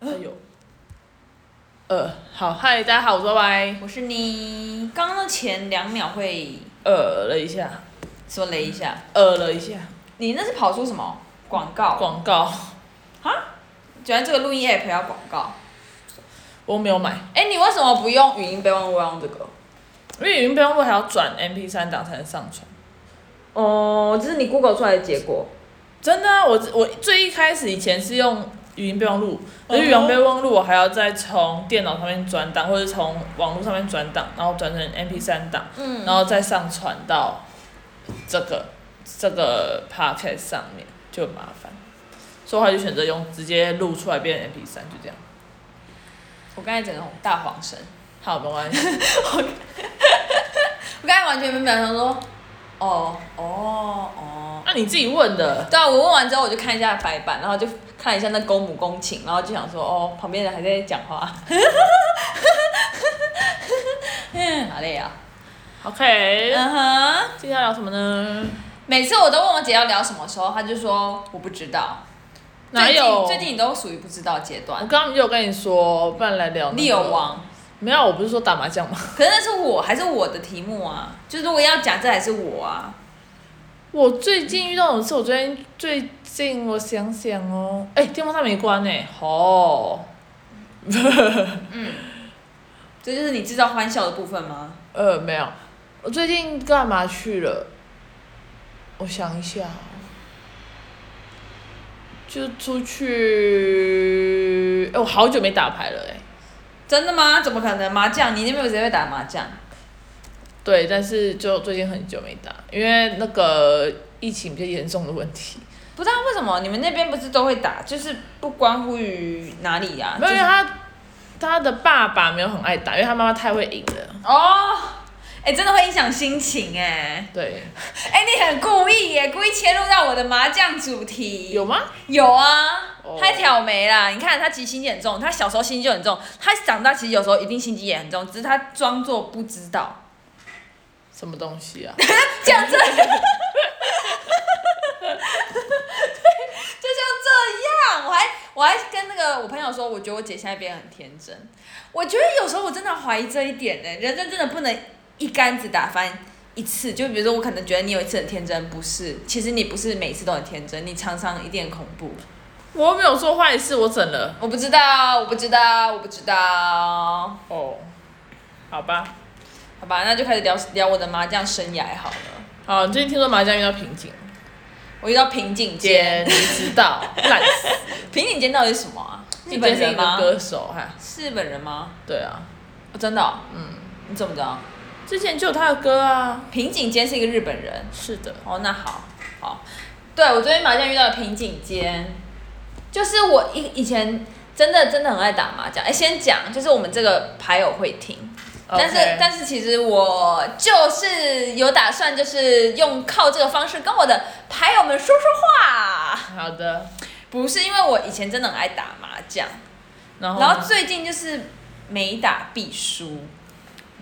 还有，呃，好，嗨，大家好，我是 Y Y，我是你。刚刚的前两秒会呃了一下，什么雷一下？呃了一下，你那是跑出什么广告？广告居然这个录音 app 要广告？我没有买，哎，你为什么不用语音备忘录要用这个？因为语音备忘录还要转 M P 三档才能上传。哦，这是你 Google 出来的结果。真的啊、我我最一开始以前是用语音备忘录，可是嗯哼语音备忘录我还要再从电脑上面转档，或者从网络上面转档，然后转成 M P 三档，嗯然后再上传到这个这个 Podcast 上面，就很麻烦。所以我还是选择用直接录出来变 M P 三，就这样。我刚才整个大晃神，好，没关系。我刚才完全没表情说，哦哦哦。那你自己问的，对啊，我问完之后我就看一下白板，然后就看了一下那公母公顷，然后就想说，哦，旁边人还在讲话。 嗯，好累啊。 OK，、嗯哼。接下来聊什么呢？每次我都问我姐要聊什么时候，她就说我不知道。哪有？最近最近你都属于不知道阶我段。刚刚就有跟你说，不然来聊、那个利友。王，没有，我不是说打麻将吗？可是那是我还是我的题目啊，就是如果要讲，这还是我啊。我最近遇到的事，我最近最近我想想哦，哎、电风扇没关哎、哦，这就是你制造欢笑的部分吗？呃，没有，我最近干嘛去了？我想一下，就出去，哎、我好久没打牌了哎、真的吗？怎么可能？麻将，你那边有谁会打麻将？对，但是就最近很久没打，因为那个疫情比较严重的问题。不知道为什么你们那边不是都会打，就是不关乎于哪里呀、啊？没有，就因是为他他的爸爸没有很爱打，因为他妈妈太会赢了。哦，哎、真的会影响心情哎、对，哎、你很故意耶，故意切入到我的麻将主题。有吗？有啊哦，他挑眉啦。你看他其实心机很重，他小时候心机就很重，他长大其实有时候一定心机也很重，只是他装作不知道。什么东西啊？ 这样这，对，就像这样。我还我还跟那个我朋友说，我觉得我姐现在变得很天真。我觉得有时候我真的怀疑这一点呢、人生真的不能一竿子打翻。一次，就比如说，我可能觉得你有一次很天真，不是，其实你不是每次都很天真，你常常一定很恐怖。我又没有做坏事，我整了。我不知道，我不知道，我不知道。哦，好吧。好吧，那就开始聊聊我的麻将生涯好了。好，最近听说麻将遇到瓶颈，我遇到瓶颈姐间，你知道，烂死。瓶颈间到底是什么啊？ 日你本姐是人一吗个？歌手哈？是日本人吗？对啊，哦真的、嗯，你怎么知道？之前就有他的歌啊。瓶颈间是一个日本人。是的，哦，那好，好。对我昨天麻将遇到的瓶颈间，就是我以以前真的真的很爱打麻将。哎，先讲，就是我们这个牌友会听。但是 OK 但是其实我就是有打算，就是用靠这个方式跟我的牌友们说说话。好的，不是因为我以前真的很爱打麻将，然后然呢后最近就是每打必输，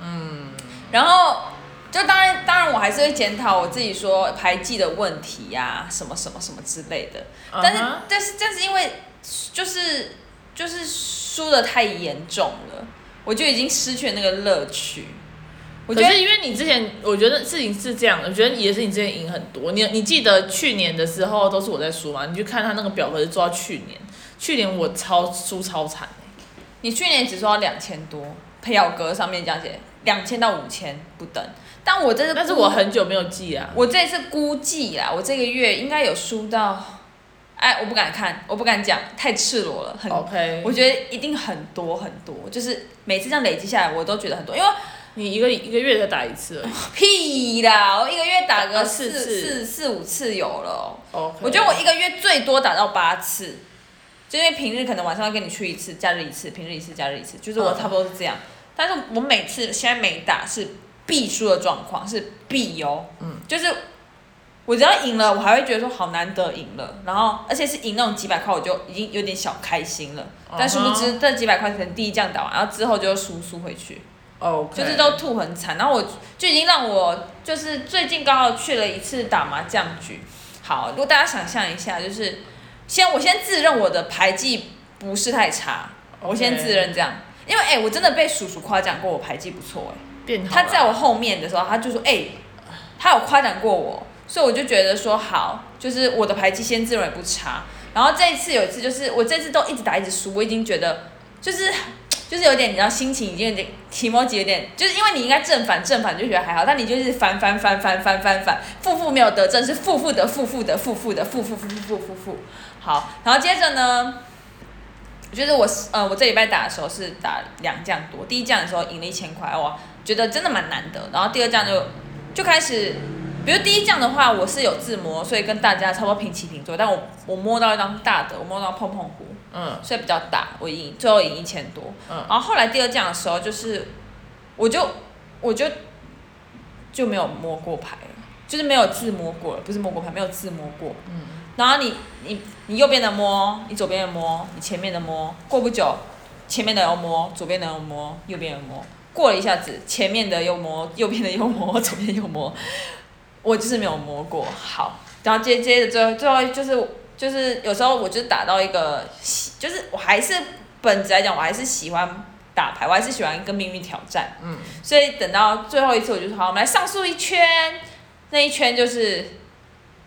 嗯，然后就当然当然我还是会检讨我自己说牌技的问题呀、什么什么什么之类的，但是、嗯哼但是但是因为就是就是输的太严重了，我就已经失去了那个乐趣，我觉可得是因为你之前，我觉得事情是这样的，我觉得也是你之前赢很多。你你记得去年的时候都是我在输嘛？你去看他那个表格是做到去年，去年我超输超惨、欸你去年只说两千多，配表格上面这样写两千到五千不等，但我这是但是估我很久没有记啊。我这次估计啦，我这个月应该有输到，哎，我不敢看，我不敢讲，太赤裸了，很 OK，我觉得一定很多很多，就是每次这样累积下来，我都觉得很多，因为你一个一个月才打一次而已。屁啦，我一个月打打个啊四四次四四五次有了哦、 OK，我觉得我一个月最多打到八次，就因为平日可能晚上要跟你去一次，假日一次，平日一次，假日一次，就是我嗯差不多是这样。但是我每次现在每打是必输的状况，是必哦，嗯，就是我只要赢了，我还会觉得说好难得赢了，然后而且是赢那种几百块，我就已经有点小开心了。但殊不嗯知这几百块可能第一仗打完，然后之后就输输回去。 OK，就是都吐很惨。然后我就已经让我就是最近刚好去了一次打麻将局。好，如果大家想象一下，就是先我先自认我的牌技不是太差，我先 OK 自认这样。因为哎、我真的被叔叔夸奖过我牌技不错哎、变好他了。在我后面的时候，他就说：“哎、他有夸奖过我，所以我就觉得说好，就是我的排技先自认为不差。然后这一次有一次就是我这次都一直打一直输，我已经觉得就是就是有点你知道心情已经有点提莫吉有点，就是因为你应该正反正反就觉得还好，但你就是反反反反反反反负负没有得正，是负负得负负得负负得负负负负负负负。好，然后接着呢。就是我呃，我这礼拜打的时候是打两将多，第一将的时候赢了一千块，哇，觉得真的蛮难得。然后第二将就就开始，比如第一将的话，我是有自摸，所以跟大家差不多平起平坐，但我我摸到一张大的，我摸到碰碰胡，嗯所以比较大，我赢最后赢一千多。嗯然后后来第二将的时候，就是我就我就就没有摸过牌了，就是没有自摸过了，不是摸过牌，没有自摸过。嗯然后你你你右边的摸，你左边的摸，你前面的摸，过不久，前面的又摸，左边的又摸，右边的摸，过了一下子，前面的又摸，右边的又摸， 左边又摸，我就是没有摸过。好，然后接接着最后最后就是就是有时候我就打到一个喜，就是我还是本质来讲，我还是喜欢打牌，我还是喜欢跟命运挑战。嗯，所以等到最后一次，我就说好，我们来上诉一圈，那一圈就是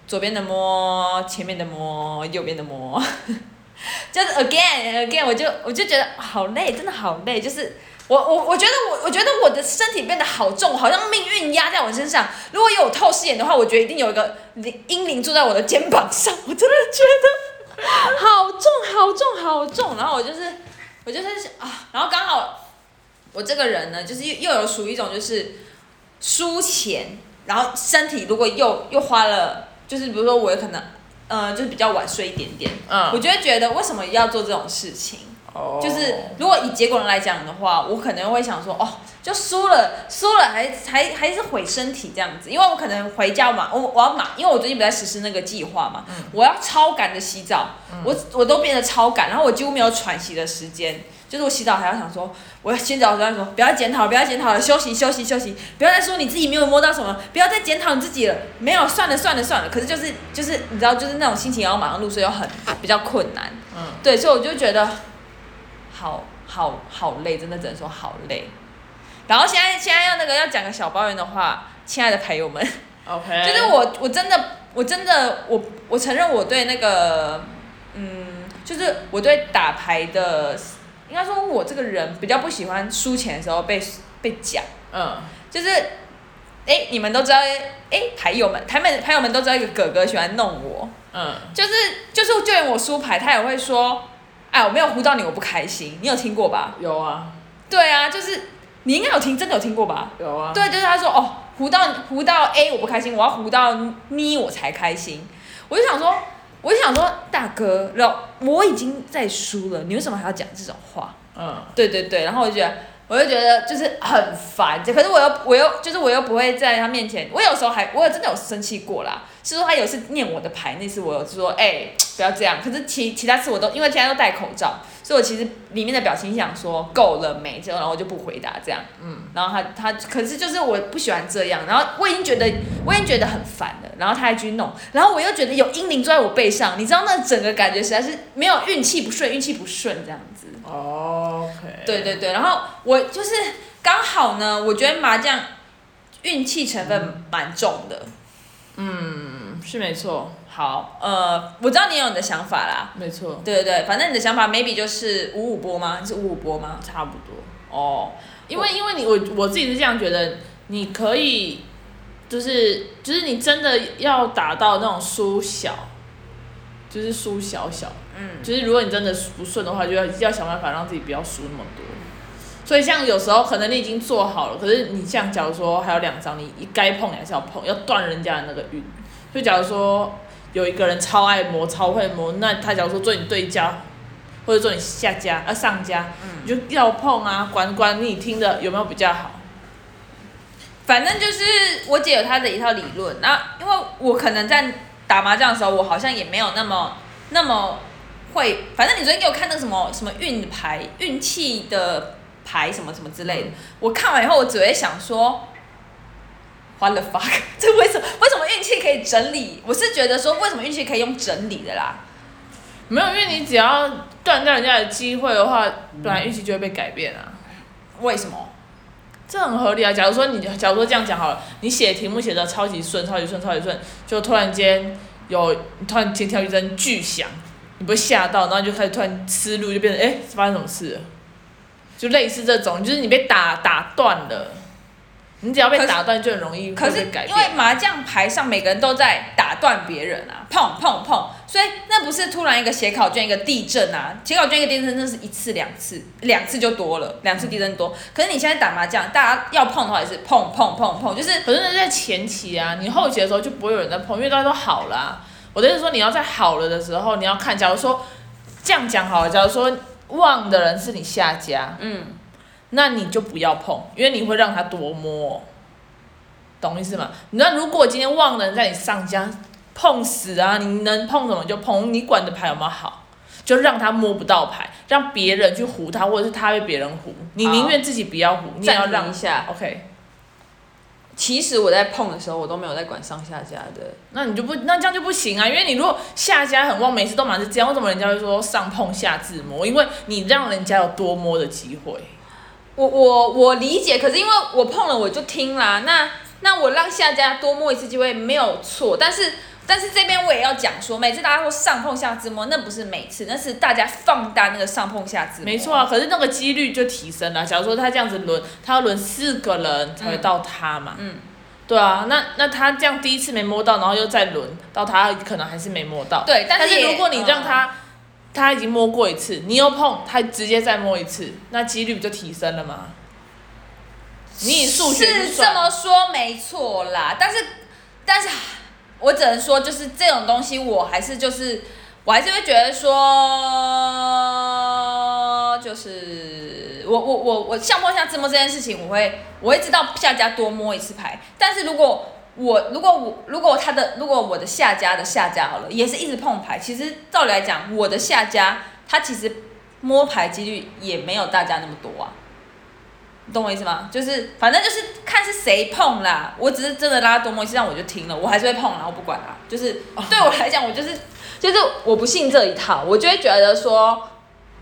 左边的摸，前面的摸，右边的摸， 就是 again again，我就我就觉得好累，真的好累，就是。我我我觉得我我觉得我的身体变得好重，好像命运压在我身上。如果有透视眼的话，我觉得一定有一个灵阴灵坐在我的肩膀上，我真的觉得好重好重好重。然后我就是我就是啊，然后刚好我这个人呢，就是又又有属于一种就是输钱，然后身体如果又又花了，就是比如说我有可能，呃，就是比较晚睡一点点，我嗯，就会觉得为什么要做这种事情？哦就是如果以结果论来讲的话，我可能会想说，哦，就输了，输了还还还是毁身体这样子，因为我可能回家嘛，我我要马，因为我最近不在实施那个计划嘛，嗯我要超赶的洗澡，我我都变得超赶，然后我几乎没有喘息的时间，就是我洗澡还要想说，我要洗澡的时候说，不要检讨，不要检讨了，休息休息休息，不要再说你自己没有摸到什么，不要再检讨你自己了，没有，算了算了算了，可是就是就是你知道，就是那种心情，然后马上入睡又很比较困难，嗯对，所以我就觉得好好好累，真的只能说好累。然后现在现在要那个要讲个小抱怨的话，亲爱的朋友们， ，OK， 就是我我真的我真的我我承认我对那个嗯，就是我对打牌的，应该说我这个人比较不喜欢输钱的时候被被讲。嗯就是，哎，你们都知道，哎，牌友们，台们牌友们都知道一个哥哥喜欢弄我，嗯，就是就是，就连我输牌，他也会说，哎，我没有胡到你，我不开心，你有听过吧？有啊对啊，就是你应该有听，真的有听过吧？有啊，对，就是他说哦，胡到胡到 A 我不开心，我要胡到咪我才开心。我就想说，我就想说，大哥，老我已经在输了，你为什么还要讲这种话？嗯对对对，然后我就觉得，我就觉得就是很烦，可是我又我又就是我又不会在他面前，我有时候还我有真的有生气过啦，是说他有一次念我的牌，那次我有说哎、不要这样，可是其其他次我都因为现在都戴口罩，所以我其实里面的表情想说够了没，之后然后我就不回答这样，嗯，然后他他可是就是我不喜欢这样，然后我已经觉得我已经觉得很烦了，然后他还去弄，然后我又觉得有阴灵坐在我背上，你知道那整个感觉实在是没有运气不顺，运气不顺这样子。哦，OK，对对对，然后我就是刚好呢，我觉得麻将运气成分蛮重的。嗯是没错好，呃，我知道你有你的想法啦。没错，对对对，反正你的想法 maybe 就是五五波吗？你是五五波吗？差不多，哦，因为因为你我我自己是这样觉得，你可以就是就是你真的要达到那种输小，就是输小小，嗯，就是如果你真的不顺的话，就要要想办法让自己不要输那么多。所以像有时候可能你已经做好了，可是你像假如说还有两张，你一该碰你还是要碰，要断人家的那个运。就假如说有一个人超爱磨、超会磨，那他假如说做你对家，或者做你下家、呃上家，你就要碰啊，管管你听的有没有比较好。反正就是我姐有她的一套理论。那因为我可能在打麻将的时候，我好像也没有那么那么会。反正你昨天给我看那个什么什么运牌、运气的牌什么什么之类的，我看完以后，我只会想说。What the fuck？这 为什么为什么运气可以整理？我是觉得说，为什么运气可以用整理的啦？没有，因为你只要断掉人家的机会的话，本来预期就会被改变啊，为什么？这很合理啊。假如说你，假如说这样讲好了，你写题目写的超级顺，超级顺，超级顺，就突然间有你突然间跳一声巨响，你不会吓到，然后你就开始突然思路就变成哎、诶发生什么事了，就类似这种，就是你被打打断了，你只要被可是打断就很容易可会是被改变。因为麻将牌上每个人都在打断别人啊，碰碰碰，所以那不是突然一个写考卷一个地震啊，写考卷一个地震那是一次两次，两次就多了，两次地震多。可是你现在打麻将，大家要碰的话也是碰碰碰碰，就是可是那在前期啊，你后期的时候就不会有人在碰，因为大家都好啦、我的意思是说，你要在好了的时候，你要看，假如说这样讲好了，假如说忘的人是你下家，嗯，那你就不要碰，因为你会让他多摸，懂意思吗？那如果今天忘的人在你上家，碰死啊，你能碰什么就碰，你管的牌有没有好，就让他摸不到牌，让别人去胡他，或者是他被别人胡，你宁愿自己不要胡，你也要暂让停一。下。 OK，其实我在碰的时候，我都没有在管上下家的。那你就不那这样就不行啊，因为你如果下家很旺，每次都满是这样，为什么人家会说上碰下自摸？因为你让人家有多摸的机会。我我我理解，可是因为我碰了我就听啦，那那我让下家多摸一次机会没有错，但是但是这边我也要讲说，每次大家说上碰下自摸，那不是每次，那是大家放大那个上碰下自摸。没错啊，可是那个几率就提升了。假如说他这样子轮，他要轮四个人才会到他嘛。嗯嗯对啊，那那他这样第一次没摸到，然后又再轮到他，可能还是没摸到。对但是是也嗯如果你让他、他已经摸过一次，你又碰他直接再摸一次，那几率不就提升了吗？你以数学去是这算么说没错啦，但是但是我只能说，就是这种东西，我还是就是我还是会觉得说，就是我我我我像摸下自摸这件事情，我会我会知道下家多摸一次牌，但是如果我如果我如果他的如果我的下家的下家好了，也是一直碰牌，其实照理来讲，我的下家他其实摸牌几率也没有大家那么多啊。你懂我意思吗？就是反正就是看是谁碰啦，我只是真的拉多摸一次，让我就停了，我还是会碰啦，我不管啦。就是对我来讲，我就是哦 就是我不信这一套，我就会觉得说，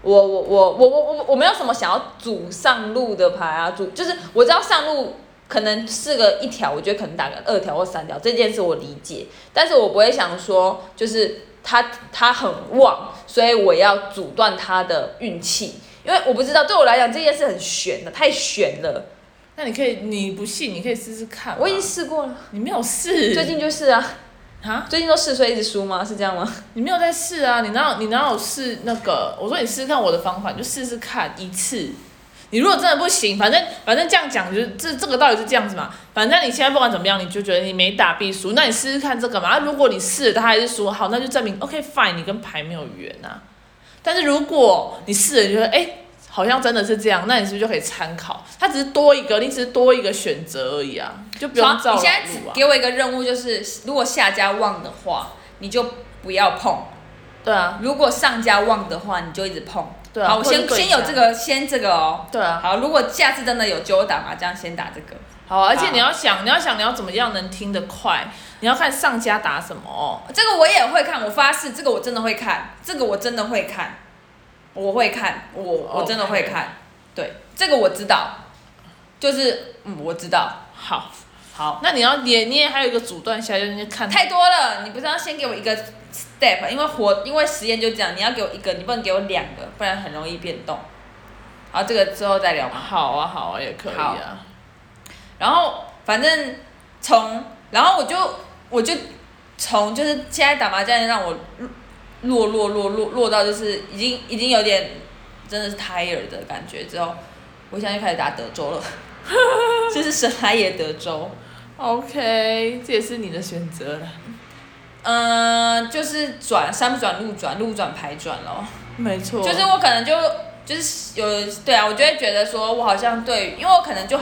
我我我我我我我没有什么想要主上路的牌啊，主就是我知道上路可能是个一条，我觉得可能打个二条或三条，这件事我理解，但是我不会想说就是他他很旺，所以我要阻断他的运气，因为我不知道对我来讲这件事很悬的，太悬了，那你可以，你不信你可以试试看嘛。我已经试过了，你没有试，最近就是啊，啊，最近都试所以一直输吗？是这样吗？你没有在试啊，你哪有你哪有试那个？我说你试试看我的方法，你就试试看一次。你如果真的不行，反正反正这样讲就是这这个道理是这样子嘛。反正你现在不管怎么样，你就觉得你没打必输，那你试试看这个嘛。啊、如果你试了他还是输，好，那就证明 OK fine，你跟牌没有缘啊。但是如果你试了，你觉得哎、好像真的是这样，那你是不是就可以参考？它只是多一个，你只是多一个选择而已啊，就不用好，照老你现在路只啊。给我一个任务，就是如果下家旺的话，你就不要碰；对啊，如果上家旺的话，你就一直碰。对啊好，我或者先对先有家这个，先这个哦。对啊。好，如果下次真的有揪我打麻将，先打这个。好啊，而且你要想，你要想你要怎么样能听得快，你要看上家打什么哦、这个我也会看，我发誓，这个我真的会看，这个我真的会看，我会看，我我真的会看。对，这个我知道，就是嗯，我知道。好，好，那你要也你也还有一个阻断下，就是你看太多了，你不是要先给我一个 step，因为活，因为实验就这样，你要给我一个，你不能给我两个，不然很容易变动。好，这个之后再聊吧。好啊，好啊，也可以啊。然后反正从，然后我就我就从就是现在打麻将让我落落落落落到就是已经已经有点真的是 tired 的感觉之后，我现在就开始打德州了， 就是神来也德州。 OK，这也是你的选择了，嗯，就是转三不转路转路转牌转咯。没错，就是我可能就就是有对啊，我就会觉得说我好像对，因为我可能就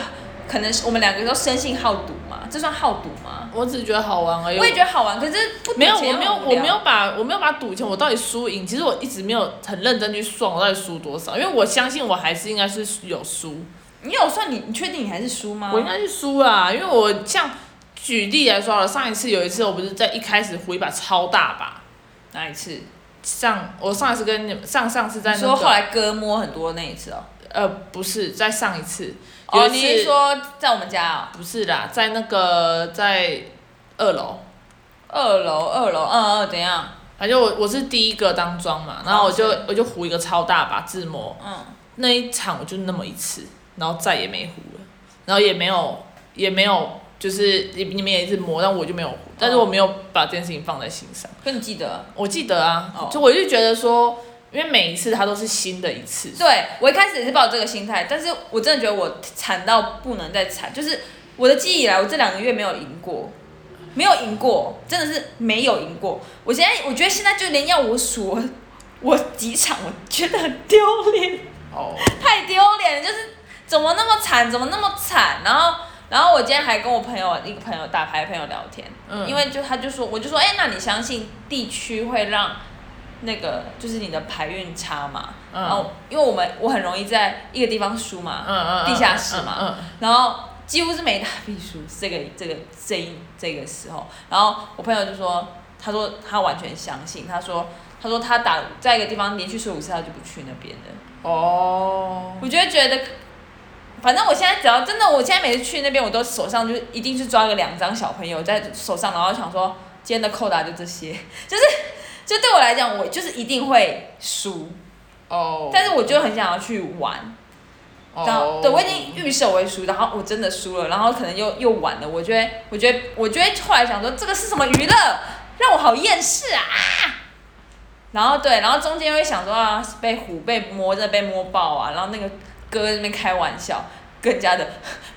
可能是我们两个都生性好赌嘛，这算好赌吗？我只是觉得好玩而已。我也觉得好玩，可是不赌没有，钱我没有，很无我聊没有把我没有把赌钱，我到底输赢，其实我一直没有很认真去算我到底输多少，因为我相信我还是应该是有输。你有算你你确定你还是输吗？我应该是输啦，因为我像举例来说好了，上一次有一次我不是在一开始胡一把超大把，哪一次？上我上一次跟你们上上次在你那说后个来割摸很多那一次哦。呃不是在上一次，有哦，一次你是说在我们家啊、不是啦，在那个在二楼，二楼，二楼，嗯嗯，怎样？反正我我是第一个当庄嘛，然后我就我就糊一个超大把自摸，哦嗯，那一场我就那么一次，然后再也没糊了，然后也没有也没有就是你你们也一直摸，但我就没有糊，但是哦我没有把这件事情放在心上。可你记得？我记得啊，哦就我就觉得说，因为每一次它都是新的一次，对我一开始也是抱这个心态，但是我真的觉得我惨到不能再惨，就是我的记忆以来，我这两个月没有赢过，没有赢过，真的是没有赢过。我现在我觉得现在就连要我数我我几场，我觉得很丢脸，哦，太丢脸了，就是怎么那么惨，怎么那么惨，然后。然后我今天还跟我朋友一个朋友打牌朋友聊天，嗯因为就他就说，我就说，哎，那你相信地区会让那个就是你的牌运差吗？嗯然后因为我们我很容易在一个地方输嘛，嗯嗯，嗯地下室嘛嗯嗯然后几乎是每打必输，这个这个这一这个时候，然后我朋友就说，他说他完全相信，他说他说他打在一个地方连续输五次，他就不去那边了。哦，我就会觉得，反正我现在只要真的，我现在每次去那边，我都手上就一定是抓个两张小朋友在手上，然后想说今天的扣打就这些， 就是就对我来讲，我就是一定会输，哦，但是我就很想要去玩，然哦，后对我已经预设我会输，然后我真的输了，然后可能又又晚了，我就会我觉得我就会后来想说这个是什么娱乐，让我好厌世啊！然后对，然后中间会想说啊，被虎被摸着被摸爆啊，然后那个哥在那边开玩笑，更加的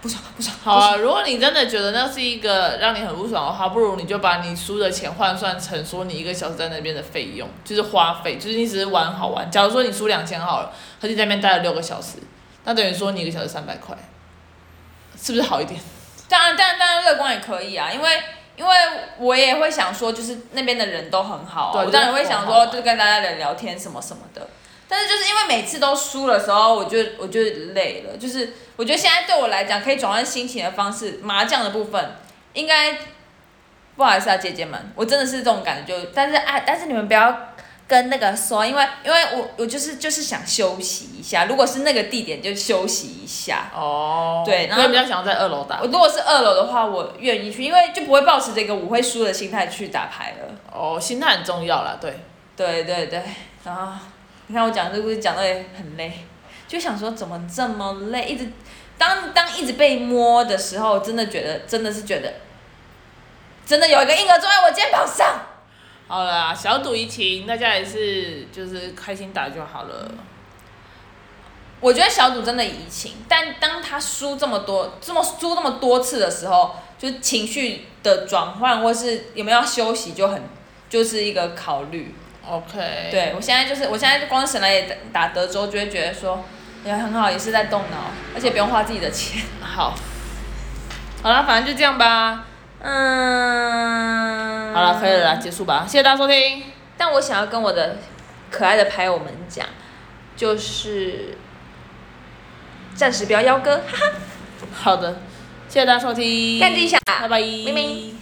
不爽不爽。好啊，如果你真的觉得那是一个让你很不爽的话，不如你就把你输的钱换算成说你一个小时在那边的费用，就是花费，就是你只是玩好玩。假如说你输两千好了，可是你在那边待了六个小时，那等于说你一个小时三百块，是不是好一点？当然，当然，当然，乐观也可以啊，因为因为我也会想说，就是那边的人都很好、对啊，我当然会想说，就是就跟大家聊聊天什么什么的。但是就是因为每次都输的时候，我就我就累了，就是我觉得现在对我来讲，可以转换心情的方式，麻将的部分应该不好意思啊，姐姐们，我真的是这种感觉，就但是啊，但是你们不要跟那个说，因为因为我我就是就是想休息一下，如果是那个地点就休息一下，哦对然所以后比较想要在二楼打我。如果是二楼的话，我愿意去，因为就不会抱持这个我会输的心态去打牌了。哦，心态很重要啦，对。对对对，然后你看我讲这个故事讲的也很累，就想说怎么这么累，一直当当一直被摸的时候，真的觉得真的是觉得，真的有一个婴儿坐在我肩膀上。好啦，小赌怡情，大家也是就是开心打就好了。我觉得小组真的移情，但当他输这么多、这么输这么多次的时候，就情绪的转换或是有没有要休息就很就是一个考虑。 OK。。对我现在就是，我现在就光是神来也打德州，就会觉得说也很好，也是在动脑，而且不用花自己的钱。好。好啦，反正就这样吧。嗯，好了，可以了啦，。结束吧。谢谢大家收听。但我想要跟我的可爱的牌友们讲，就是暂时不要邀歌，哈哈，好的，谢谢大家收听。干这一下，拜拜。咪咪